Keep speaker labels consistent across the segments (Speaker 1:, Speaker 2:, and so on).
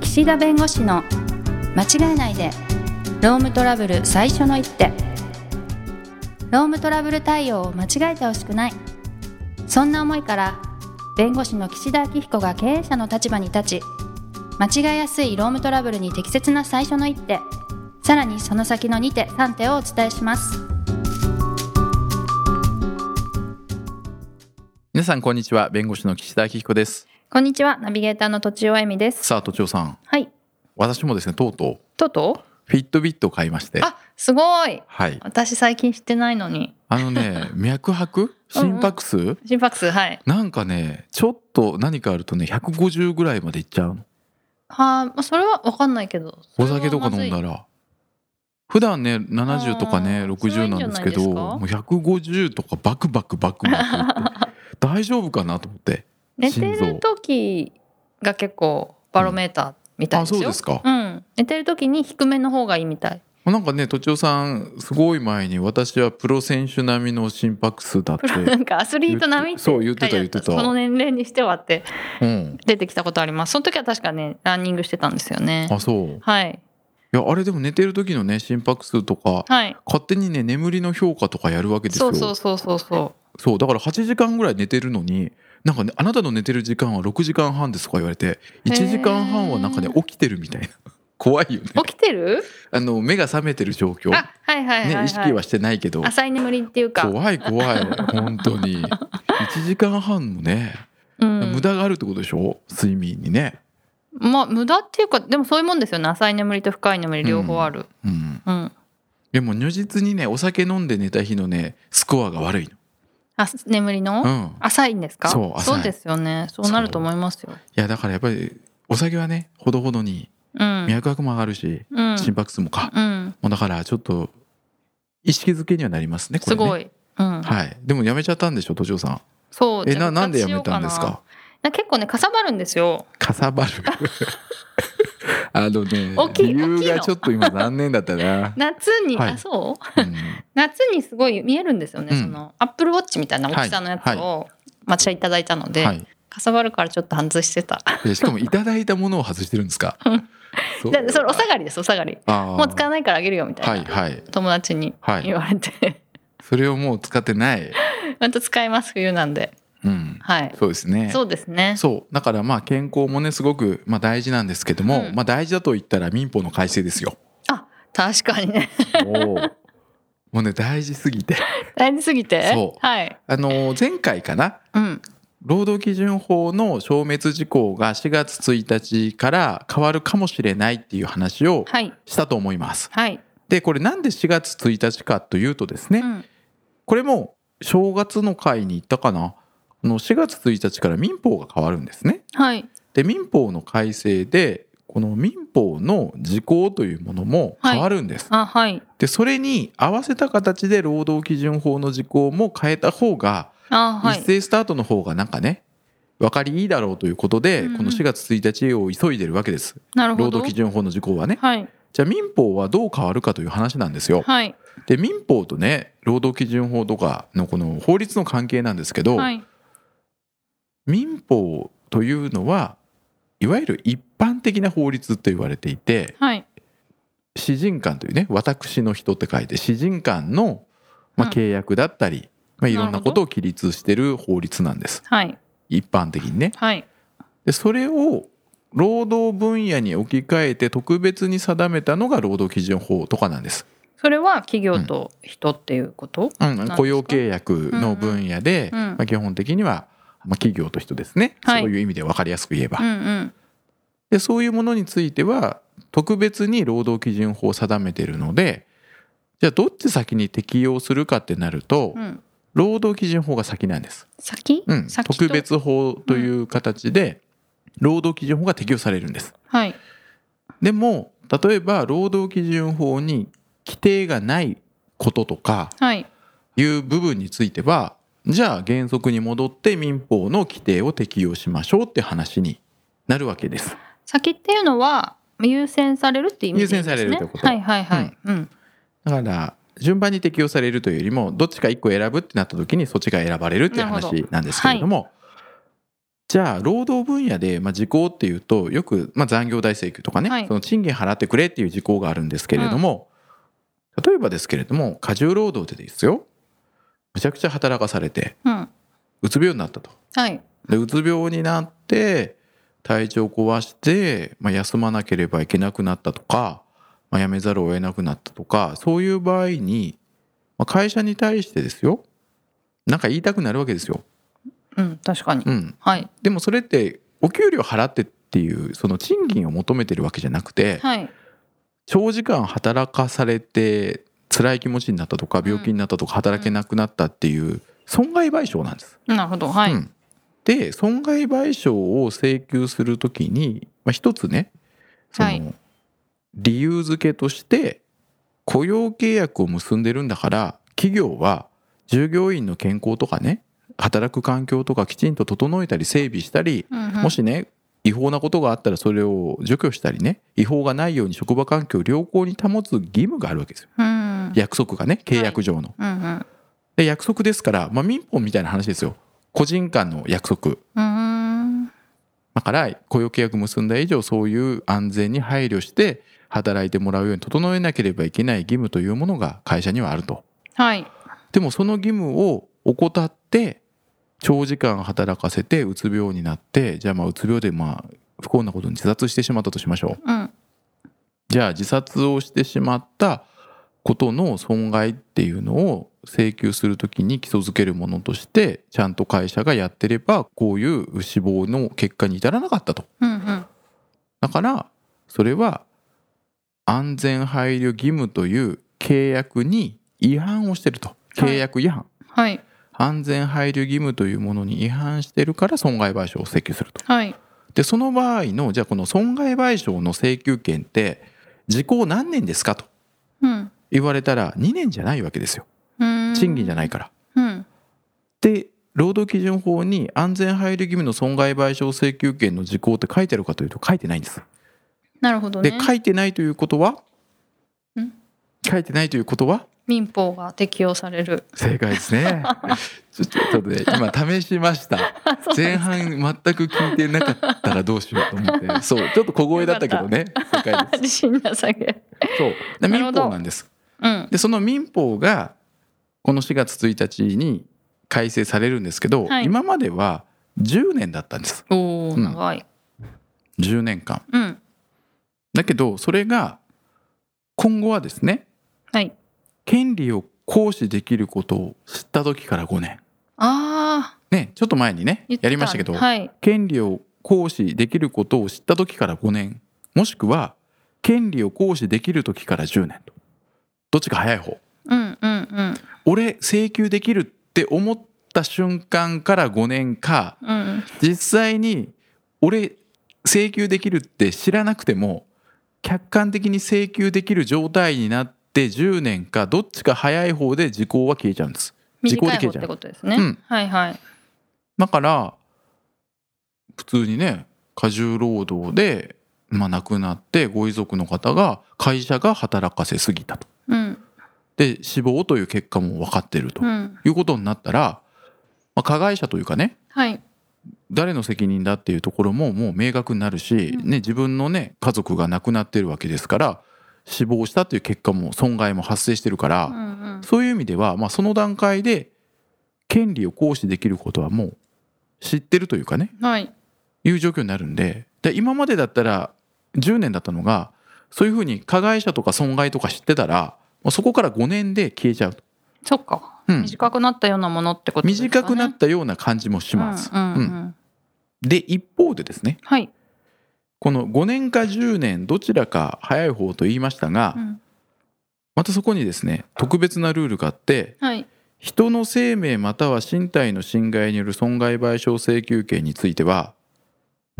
Speaker 1: 岸田弁護士の間違えないでロームトラブル最初の一手ロームトラブル対応を間違えてほしくないそんな思いから弁護士の岸田明彦が経営者の立場に立ち間違えやすいロームトラブルに適切な最初の一手さらにその先の2手3手をお伝えします
Speaker 2: 皆さんこんにちは弁護士の岸田明彦です
Speaker 1: こんにちはナビゲーターのとちおえみです
Speaker 2: さあ都庁さん
Speaker 1: はい
Speaker 2: 私もですねとうとう
Speaker 1: とうと
Speaker 2: フィットビットを買いまして
Speaker 1: うあすごい
Speaker 2: はい
Speaker 1: 私最近知ってないのに
Speaker 2: あの ね脈拍心拍数、
Speaker 1: 心拍数はい
Speaker 2: なんかねちょっと何かあるとね150ぐらいまでいっちゃうの
Speaker 1: はあまあ、それは分かんないけど
Speaker 2: お酒とか飲んだ
Speaker 1: ら
Speaker 2: ら普段ね70とかね
Speaker 1: あー
Speaker 2: 60なんですけど
Speaker 1: それいいんじゃ
Speaker 2: も
Speaker 1: な
Speaker 2: う150とかバクバクバクバク って大丈夫かなと思って
Speaker 1: 寝てる時が結構バロメーターみたい
Speaker 2: あ
Speaker 1: です
Speaker 2: そう
Speaker 1: よ、
Speaker 2: ですか、
Speaker 1: うん寝てる時に低めの方がいいみたい
Speaker 2: なんかねとちおさんすごい前に私はプロ選手並みの心拍数だって、
Speaker 1: なんかアスリート並みって
Speaker 2: そう言ってた
Speaker 1: 書いて
Speaker 2: 言
Speaker 1: あ
Speaker 2: ってた
Speaker 1: この年齢にしてはって
Speaker 2: うん、
Speaker 1: 出てきたことありますその時は確かねランニングしてたんですよね
Speaker 2: あそう
Speaker 1: はい
Speaker 2: いやあれでも寝てる時のね心拍数とか
Speaker 1: はい
Speaker 2: 勝手にね眠りの評価とかやるわけです
Speaker 1: そ
Speaker 2: よ
Speaker 1: うそうそうそうそ
Speaker 2: そうだから8時間ぐらい寝てるのになんかねあなたの寝てる時間は6時間半ですとか言われて1時間半はなんかね
Speaker 1: へー
Speaker 2: 起きてるみたいな 怖いよね
Speaker 1: う起きてる
Speaker 2: あの目が覚めてる状況、
Speaker 1: あはいはいはい、はい
Speaker 2: ね、意識はしてないけど
Speaker 1: 浅い眠りっていうか、
Speaker 2: 怖い怖い本当 に1時間半もね
Speaker 1: うん、
Speaker 2: 無駄があるってことでしょ睡眠にね、
Speaker 1: まあ無駄っていうかでもそういうもんですよね浅い眠りと深い眠り両方ある、
Speaker 2: うん、
Speaker 1: うん、
Speaker 2: でも如実にねお酒飲んで寝た日のねスコアが悪い
Speaker 1: あ眠り
Speaker 2: の
Speaker 1: の、
Speaker 2: うん
Speaker 1: 浅いんですか
Speaker 2: そう浅い
Speaker 1: ですよねそうなると思いますよ
Speaker 2: いやだからやっぱりお酒はねほどほどに
Speaker 1: うん
Speaker 2: 脈拍も上がるし、
Speaker 1: うん
Speaker 2: 心拍数もか、
Speaker 1: うん
Speaker 2: もうだからちょっと意識づけにはなりますねこ
Speaker 1: す
Speaker 2: れね
Speaker 1: ごい、うん、
Speaker 2: はいでもやめちゃったんでしょ都庁さん
Speaker 1: そう
Speaker 2: え
Speaker 1: じゃ
Speaker 2: な
Speaker 1: あ
Speaker 2: なんでや
Speaker 1: 復
Speaker 2: め
Speaker 1: 活しよ
Speaker 2: た
Speaker 1: うん
Speaker 2: ですか
Speaker 1: な結構ねかさばるんですよ
Speaker 2: かさ ばるあのね
Speaker 1: 大きい
Speaker 2: 理由
Speaker 1: 大きい
Speaker 2: が
Speaker 1: の、
Speaker 2: ちょっと今残念だったな
Speaker 1: 夏に、
Speaker 2: はい
Speaker 1: あそう
Speaker 2: うん
Speaker 1: 夏にすごい見えるんですよね、
Speaker 2: うん
Speaker 1: そのアップルウォッチみたいな大きさのやつ
Speaker 2: はい
Speaker 1: を抹茶いただいたので、
Speaker 2: はい
Speaker 1: かさばるからちょっと反通してた
Speaker 2: でしかもいただいたものを外してるんですかそ
Speaker 1: でそれお下がりですお下がりも
Speaker 2: も
Speaker 1: う使わないからあげるよみたいな、
Speaker 2: はいはい
Speaker 1: 友達に
Speaker 2: はい
Speaker 1: 言われて
Speaker 2: それをもう使ってない
Speaker 1: また使います冬なんで
Speaker 2: うん
Speaker 1: はい
Speaker 2: そうですね
Speaker 1: そうですね
Speaker 2: そうだからまあ健康もねすごくまあ大事なんですけども、
Speaker 1: うん
Speaker 2: まあ大事だと言ったら民法の改正ですよ。
Speaker 1: あ確かにね
Speaker 2: もうね大事すぎて
Speaker 1: 大事すぎて
Speaker 2: そう
Speaker 1: はい
Speaker 2: あの前回かな
Speaker 1: うん
Speaker 2: 労働基準法の消滅事項が4月1日から変わるかもしれないっていう話を
Speaker 1: はい
Speaker 2: したと思います。
Speaker 1: はい、
Speaker 2: でこれなんで4月1日かというとですね、
Speaker 1: うん、
Speaker 2: これも正月の会に行ったかなあの4月1日から民法が変わるんですね。
Speaker 1: はい
Speaker 2: で民法の改正でこの民法の時効というものも変わるんです、
Speaker 1: あはい
Speaker 2: でそれに合わせた形で労働基準法の時効も変えた方が、
Speaker 1: あは
Speaker 2: 一
Speaker 1: い
Speaker 2: 斉スタートの方がなんかね分かりいいだろうということで、
Speaker 1: うんうん
Speaker 2: この4月1日を急いでるわけです
Speaker 1: なるほ
Speaker 2: 労
Speaker 1: ど
Speaker 2: 働基準法の時効はね
Speaker 1: はい
Speaker 2: じゃあ民法はどう変わるかという話なんですよ
Speaker 1: はい
Speaker 2: で民法とね労働基準法とかのこの法律の関係なんですけど、
Speaker 1: はい
Speaker 2: 民法というのはいわゆる一般的な法律と言われていて
Speaker 1: はい
Speaker 2: 私人間というね私の人って書いて私人間の、まあ、
Speaker 1: うん
Speaker 2: 契約だったり、まあ、いろん
Speaker 1: なる
Speaker 2: な
Speaker 1: ほど
Speaker 2: ことを規律してる法律なんです
Speaker 1: はい
Speaker 2: 一般的にね。
Speaker 1: はい
Speaker 2: でそれを労働分野に置き換えて特別に定めたのが労働基準法とかなんです。
Speaker 1: それは企業と人っていうこと、
Speaker 2: うん、
Speaker 1: か
Speaker 2: 雇用契約の分野で、
Speaker 1: うんうん
Speaker 2: まあ、基本的には、まあ、企業と人ですね、
Speaker 1: はい
Speaker 2: そういう意味で分かりやすく言えば、
Speaker 1: うん、うん
Speaker 2: でそういうものについては特別に労働基準法を定めてるのでじゃあどっち先に適用するかってなると、
Speaker 1: うん
Speaker 2: 労働基準法が先なんです、
Speaker 1: 先、
Speaker 2: うん、
Speaker 1: 先と
Speaker 2: 特別法という形で労働基準法が適用されるんです
Speaker 1: はい
Speaker 2: でも例えば労働基準法に規定がないこととか
Speaker 1: はい
Speaker 2: いう部分についてはじゃあ原則に戻って民法の規定を適用しましょうって話になるわけです
Speaker 1: 先っていうのは優先されるって意味でいいんです、ね、
Speaker 2: 優先されるということ
Speaker 1: はいはいはい、うん
Speaker 2: だから順番に適用されるというよりもどっちか1個選ぶってなった時にそっちが選ばれるっていう
Speaker 1: なるほど
Speaker 2: 話なんですけれどもじゃあ労働分野で、まあ、時効っていうとよく、まあ、残業代請求とかね、
Speaker 1: はい
Speaker 2: その賃金払ってくれっていう時効があるんですけれども、例えばですけれども過重労働でですよむちゃくちゃ働かされて
Speaker 1: うん。
Speaker 2: うつ病になったと。
Speaker 1: はい。
Speaker 2: でうつ病になって体調を壊して、まあ、休まなければいけなくなったとか、まあ、辞めざるを得なくなったとかそういう場合に、まあ、会社に対してですよなんか言いたくなるわけですよ。
Speaker 1: うん、確かに。
Speaker 2: うん、
Speaker 1: はい。
Speaker 2: でもそれってお給料払ってっていうその賃金を求めてるわけじゃなくて
Speaker 1: はい。
Speaker 2: 長時間働かされて辛い気持ちになったとか病気になったとか働けなくなったっていう損害賠償なんです。
Speaker 1: なるほど。はい。
Speaker 2: うんで損害賠償を請求するときに、まあ、一つねその、
Speaker 1: はい
Speaker 2: 理由付けとして雇用契約を結んでるんだから企業は従業員の健康とかね働く環境とかきちんと整えたり整備したり、
Speaker 1: うんうん
Speaker 2: もしね違法なことがあったらそれを除去したりね違法がないように職場環境を良好に保つ義務があるわけですよ
Speaker 1: うん。うん
Speaker 2: 約束がね契約上の。
Speaker 1: うん。
Speaker 2: で約束ですから、まあ、民法みたいな話ですよ個人間の約束
Speaker 1: うん。
Speaker 2: だから雇用契約結んだ以上そういう安全に配慮して働いてもらうように整えなければいけない義務というものが会社にはあると
Speaker 1: はい。
Speaker 2: でもその義務を怠って長時間働かせてうつ病になってじゃあまあうつ病でまあ不幸なことに自殺してしまったとしましょう
Speaker 1: うん。
Speaker 2: じゃあ自殺をしてしまったことの損害っていうのを請求するときに基礎づけるものとしてちゃんと会社がやってればこういう死亡の結果に至らなかったと。
Speaker 1: うん。うん。
Speaker 2: だからそれは安全配慮義務という契約に違反をしてると
Speaker 1: はい
Speaker 2: 契約違反、
Speaker 1: はい。
Speaker 2: 安全配慮義務というものに違反してるから損害賠償を請求すると
Speaker 1: はい。
Speaker 2: でその場合のじゃあこの損害賠償の請求権って時効何年ですかと
Speaker 1: うん。
Speaker 2: 言われたら2年じゃないわけですよ
Speaker 1: うん。
Speaker 2: 賃金じゃ
Speaker 1: な
Speaker 2: な
Speaker 1: い。
Speaker 2: いから。
Speaker 1: うん。
Speaker 2: で労働基準法に安全配慮義務の損害賠償請求権の時効って書いてあるかというと書いてないんです。
Speaker 1: なるほどね
Speaker 2: で。書いてないということは
Speaker 1: ん
Speaker 2: 書いてないということは
Speaker 1: 民法が適用される。
Speaker 2: 正解ですね。 ちょちょっとね今試しました。前半全く聞いてなかったらどうしようと思って そうちょっと小声だったけどね正解で
Speaker 1: 自信なさげ。
Speaker 2: す。そうで
Speaker 1: な
Speaker 2: 民
Speaker 1: るほど
Speaker 2: 法なんです。
Speaker 1: うん。
Speaker 2: でその民法がこの4月1日に改正されるんですけど、
Speaker 1: はい
Speaker 2: 今までは10年だったんです
Speaker 1: おお、
Speaker 2: うん
Speaker 1: 長い。
Speaker 2: 10年間
Speaker 1: うん。
Speaker 2: だけどそれが今後はですね
Speaker 1: はい。
Speaker 2: 権利を行使できることを知った時から5年
Speaker 1: ああ、
Speaker 2: ねちょっと前にね
Speaker 1: 言って
Speaker 2: やりましたけど、
Speaker 1: はい。
Speaker 2: 権利を行使できることを知った時から5年もしくは権利を行使できる時から10年とどっちか早い方
Speaker 1: うんうんうん
Speaker 2: 俺請求できるって思った瞬間から5年か
Speaker 1: うん。
Speaker 2: 実際に俺請求できるって知らなくても客観的に請求できる状態になって10年かどっちか早い方で時効は消えちゃうんです時効
Speaker 1: 短
Speaker 2: で
Speaker 1: い
Speaker 2: 消え
Speaker 1: 方っ
Speaker 2: ちゃ
Speaker 1: て
Speaker 2: う
Speaker 1: ことですね。
Speaker 2: うん
Speaker 1: はいはい。
Speaker 2: だから普通にね過重労働で、まあ、亡くなってご遺族の方が会社が働かせすぎたと
Speaker 1: うん
Speaker 2: で死亡という結果も分かってると、
Speaker 1: うん。
Speaker 2: いうことになったら、まあ、加害者というかね
Speaker 1: はい。
Speaker 2: 誰の責任だっていうところももう明確になるし、
Speaker 1: うん
Speaker 2: ね、自分のね家族が亡くなってるわけですから死亡したという結果も損害も発生してるから、
Speaker 1: うんうん。
Speaker 2: そういう意味では、まあ、その段階で権利を行使できることはもう知ってるというかね
Speaker 1: はい。
Speaker 2: いう状況になるんでで今までだったら10年だったのがそういうふうに加害者とか損害とか知ってたらもうそこから5年で消えちゃうと、
Speaker 1: そっか。
Speaker 2: うん
Speaker 1: 短くなったようなものってことですかね。
Speaker 2: 短くなったような感じもします。
Speaker 1: うんうんう
Speaker 2: うん
Speaker 1: ん。
Speaker 2: で一方でですね
Speaker 1: はい。
Speaker 2: この5年か10年どちらか早い方と言いましたが、
Speaker 1: うん
Speaker 2: またそこにですね特別なルールがあって
Speaker 1: はい。
Speaker 2: 人の生命または身体の侵害による損害賠償請求権については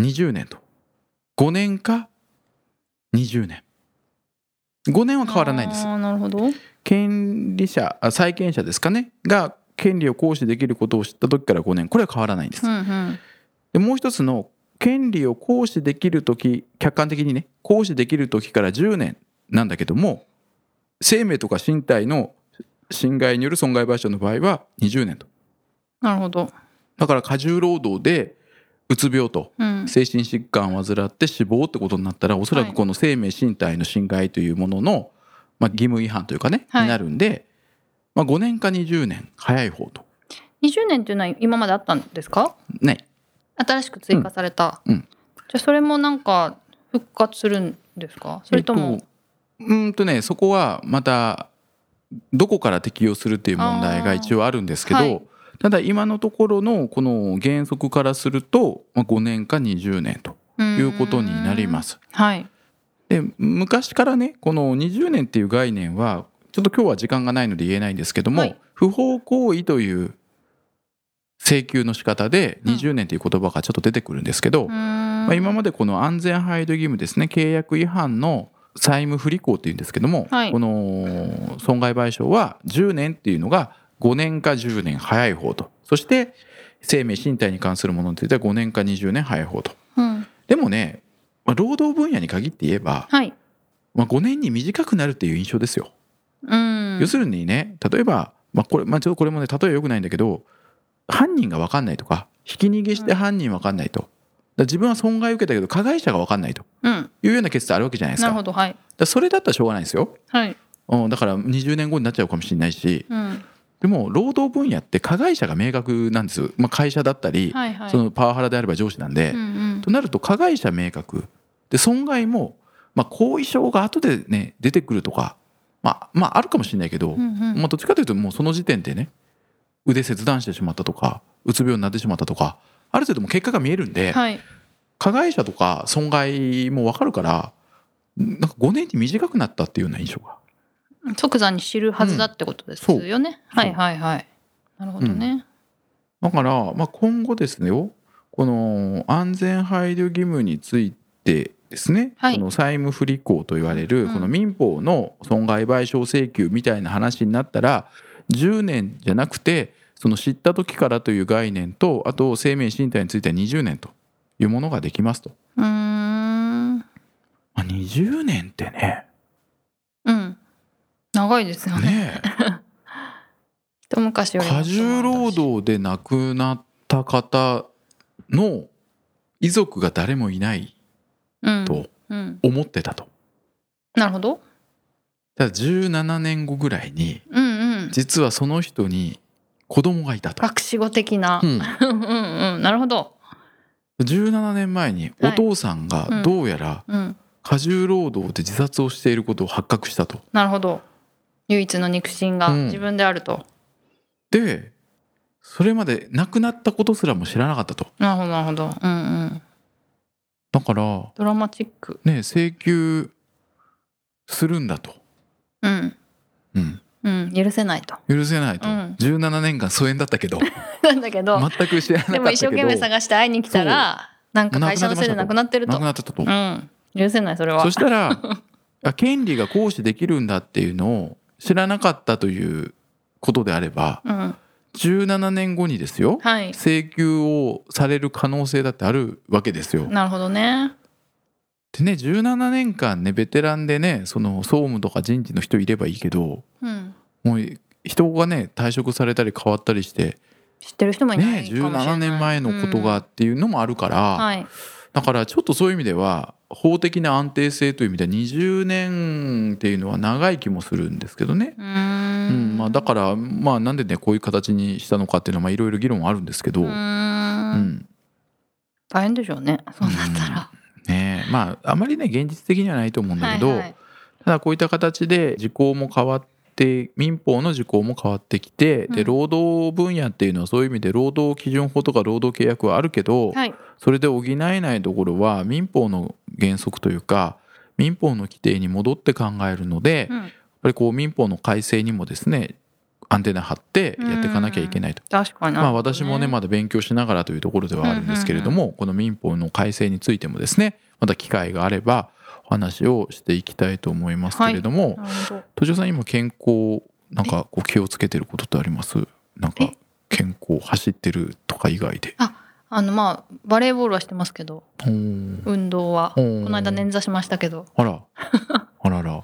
Speaker 2: 20年と5年か20年5年は変わらないんです
Speaker 1: ああ、なるほど。
Speaker 2: 権利者あ債権者ですかねが権利を行使できることを知った時から5年これは変わらないんです
Speaker 1: うんうん。
Speaker 2: でもう一つの権利を行使できる時客観的にね行使できる時から10年なんだけども生命とか身体の侵害による損害賠償の場合は20年と
Speaker 1: なるほど。
Speaker 2: だから過重労働でうつ病と
Speaker 1: うん
Speaker 2: 精神疾患を患って死亡ってことになったらおそら
Speaker 1: は
Speaker 2: く
Speaker 1: い
Speaker 2: この生命身体の侵害というものの、まあ、義務違反というかね、
Speaker 1: はい
Speaker 2: になるんで、まあ、5年か20年早い方と。
Speaker 1: 20年っていうのは今まであったんですか
Speaker 2: ね
Speaker 1: 新しく追加された、
Speaker 2: うんうん
Speaker 1: じゃあそれもなんか復活するんですかそれとも、
Speaker 2: えっとうーんとねそこはまたどこから適用するっていう問題が一応あるんですけど、
Speaker 1: あーはい
Speaker 2: ただ今のところのこの原則からすると、まあ、5年か20年ということになりますす。
Speaker 1: はい
Speaker 2: で昔からねこの20年っていう概念はちょっと今日は時間がないので言えないんですけども、
Speaker 1: はい
Speaker 2: 不法行為という請求の仕方で
Speaker 1: うん
Speaker 2: 20年という言葉がちょっと出てくるんですけど、
Speaker 1: ま
Speaker 2: まあ、今までこの安全配慮義務ですね契約違反の債務不履行っていうんですけども、
Speaker 1: はい
Speaker 2: この損害賠償は10年っていうのが5年か10年早い方とそして生命身体に関するものについては5年か20年早い方と
Speaker 1: うん、
Speaker 2: でもね、まあ、労働分野に限って言えば、
Speaker 1: はい、
Speaker 2: まあ、5年に短くなるっていう印象ですよ。
Speaker 1: うん、
Speaker 2: 要するにね例えば、まあ、これ、まあ、ちょっとこれもね例えよくないんだけど犯人が分かんないとかひき逃げして犯人分かんないと。だから自分は損害受けたけど加害者が分かんないと
Speaker 1: うん、
Speaker 2: いうようなケースってあるわけじゃないです
Speaker 1: な
Speaker 2: か
Speaker 1: るほどはい
Speaker 2: だからそれだったらしょうがないですよ、
Speaker 1: はい、
Speaker 2: うん、だから20年後になっちゃうかもしれないし
Speaker 1: うん、
Speaker 2: でも労働分野って加害者が明確なんですよ、まあ、会社だったり、
Speaker 1: はいはい
Speaker 2: そのパワハラであれば上司なんで、
Speaker 1: うんうん
Speaker 2: となると加害者明確で損害も、まあ、後遺症が後でね出てくるとか、まあ、まああるかもしれないけど、
Speaker 1: うんうん
Speaker 2: まあ、どっちかというともうその時点でね腕切断してしまったとかうつ病になってしまったとかある程度もう結果が見えるんで、
Speaker 1: はい
Speaker 2: 加害者とか損害も分かるからなんか5年に短くなったっていうような印象が。
Speaker 1: 即座に知るはずだってことですよ
Speaker 2: う
Speaker 1: ね、
Speaker 2: んそう
Speaker 1: はいはいはいなるほどね、
Speaker 2: だから、まあ、今後ですねよこの安全配慮義務についてですね、
Speaker 1: はい
Speaker 2: この債務不履行と言われる、
Speaker 1: うん
Speaker 2: この民法の損害賠償請求みたいな話になったら10年じゃなくてその知った時からという概念とあと生命身体については20年というものができますと。
Speaker 1: うーん
Speaker 2: まあ、20年ってね
Speaker 1: うん長いですよね
Speaker 2: ねえ
Speaker 1: 一昔よりも
Speaker 2: 過重労働で亡くなった方の遺族が誰もいない
Speaker 1: うん
Speaker 2: と
Speaker 1: うん、
Speaker 2: 思ってたと。
Speaker 1: なるほど
Speaker 2: ただ17年後ぐらいに
Speaker 1: うんうん
Speaker 2: 実はその人に子供がいたと。
Speaker 1: 博士語的な
Speaker 2: う、ん、
Speaker 1: うん、うんうんなるほど
Speaker 2: 17年前にお父さん
Speaker 1: はいう
Speaker 2: が
Speaker 1: ん
Speaker 2: どうやら
Speaker 1: うん
Speaker 2: 過重労働で自殺をしていることを発覚したと。
Speaker 1: なるほど唯一の肉親が
Speaker 2: うん
Speaker 1: 自分であると、
Speaker 2: でそれまで亡くなったことすらも知らなかったと。
Speaker 1: なるほどなるほどうんうん
Speaker 2: だから
Speaker 1: ドラマチック
Speaker 2: ね請求するんだと。
Speaker 1: うん
Speaker 2: うん
Speaker 1: うん許せないと
Speaker 2: 許せないと、
Speaker 1: うん
Speaker 2: 17年間疎遠だったけど
Speaker 1: なんだけど、
Speaker 2: 全く知らなかったけど
Speaker 1: でも一生懸命
Speaker 2: な
Speaker 1: 探して会いに来たらなんか会社のせいでなくなってると
Speaker 2: くなってたと、
Speaker 1: うん許せないそれは
Speaker 2: そした らあ権利が行使できるんだっていうのを知らなかったということであれば
Speaker 1: うん
Speaker 2: 17年後にですよ
Speaker 1: はい
Speaker 2: 請求をされる可能性だってあるわけですよ。
Speaker 1: なるほどね
Speaker 2: でね17年間ねベテランでねその総務とか人事の人いればいいけど
Speaker 1: うん
Speaker 2: もう人がね退職されたり変わったりして
Speaker 1: 知ってる人もいな
Speaker 2: ね
Speaker 1: いかもし
Speaker 2: 17
Speaker 1: れない
Speaker 2: 年前のことがっていうのもあるから。
Speaker 1: うんはい
Speaker 2: だからちょっとそういう意味では法的な安定性という意味では20年っていうのは長い気もするんですけどね。
Speaker 1: う
Speaker 2: う
Speaker 1: ー
Speaker 2: ん
Speaker 1: ん
Speaker 2: まあ、だから、まあ、なんでねこういう形にしたのかっていうのはまあいろいろ議論はあるんですけど、
Speaker 1: う
Speaker 2: う
Speaker 1: ー
Speaker 2: んん
Speaker 1: 大変でしょうねそうなったら
Speaker 2: ねえまああまりね現実的にはないと思うんだけど、
Speaker 1: はいはい
Speaker 2: ただこういった形で時効も変わって民法の時効も変わってきて、
Speaker 1: う
Speaker 2: で
Speaker 1: ん
Speaker 2: 労働分野っていうのはそういう意味で労働基準法とか労働契約はあるけど、
Speaker 1: はい
Speaker 2: それで補えないところは民法の原則というか民法の規定に戻って考えるので、
Speaker 1: う
Speaker 2: やっ
Speaker 1: ん
Speaker 2: ぱりこう民法の改正にもですねアンテナ張ってやっていかなきゃいけないと。
Speaker 1: 確かに
Speaker 2: まあ、私もねまだ勉強しながらというところではあるんですけれども、この民法の改正についてもですねまた機会があればお話をしていきたいと思いますけれども、
Speaker 1: なるほど
Speaker 2: 途中さん今健康なんかこう気をつけてることってありますなんか
Speaker 1: え
Speaker 2: 健康走ってるとか以外で。
Speaker 1: あのまあバレーボールはしてますけど
Speaker 2: ほー
Speaker 1: 運動は
Speaker 2: ほ
Speaker 1: こ
Speaker 2: ー
Speaker 1: の間捻挫しましたけど
Speaker 2: あ らあらら。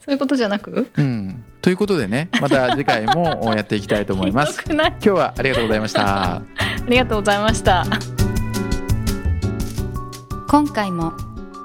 Speaker 1: そういうことじゃなく
Speaker 2: うん、ということでねまた次回も やっていきたいと思います。
Speaker 1: ひどくない
Speaker 2: 今日はありがとうございました。
Speaker 1: ありがとうございました
Speaker 3: 今回も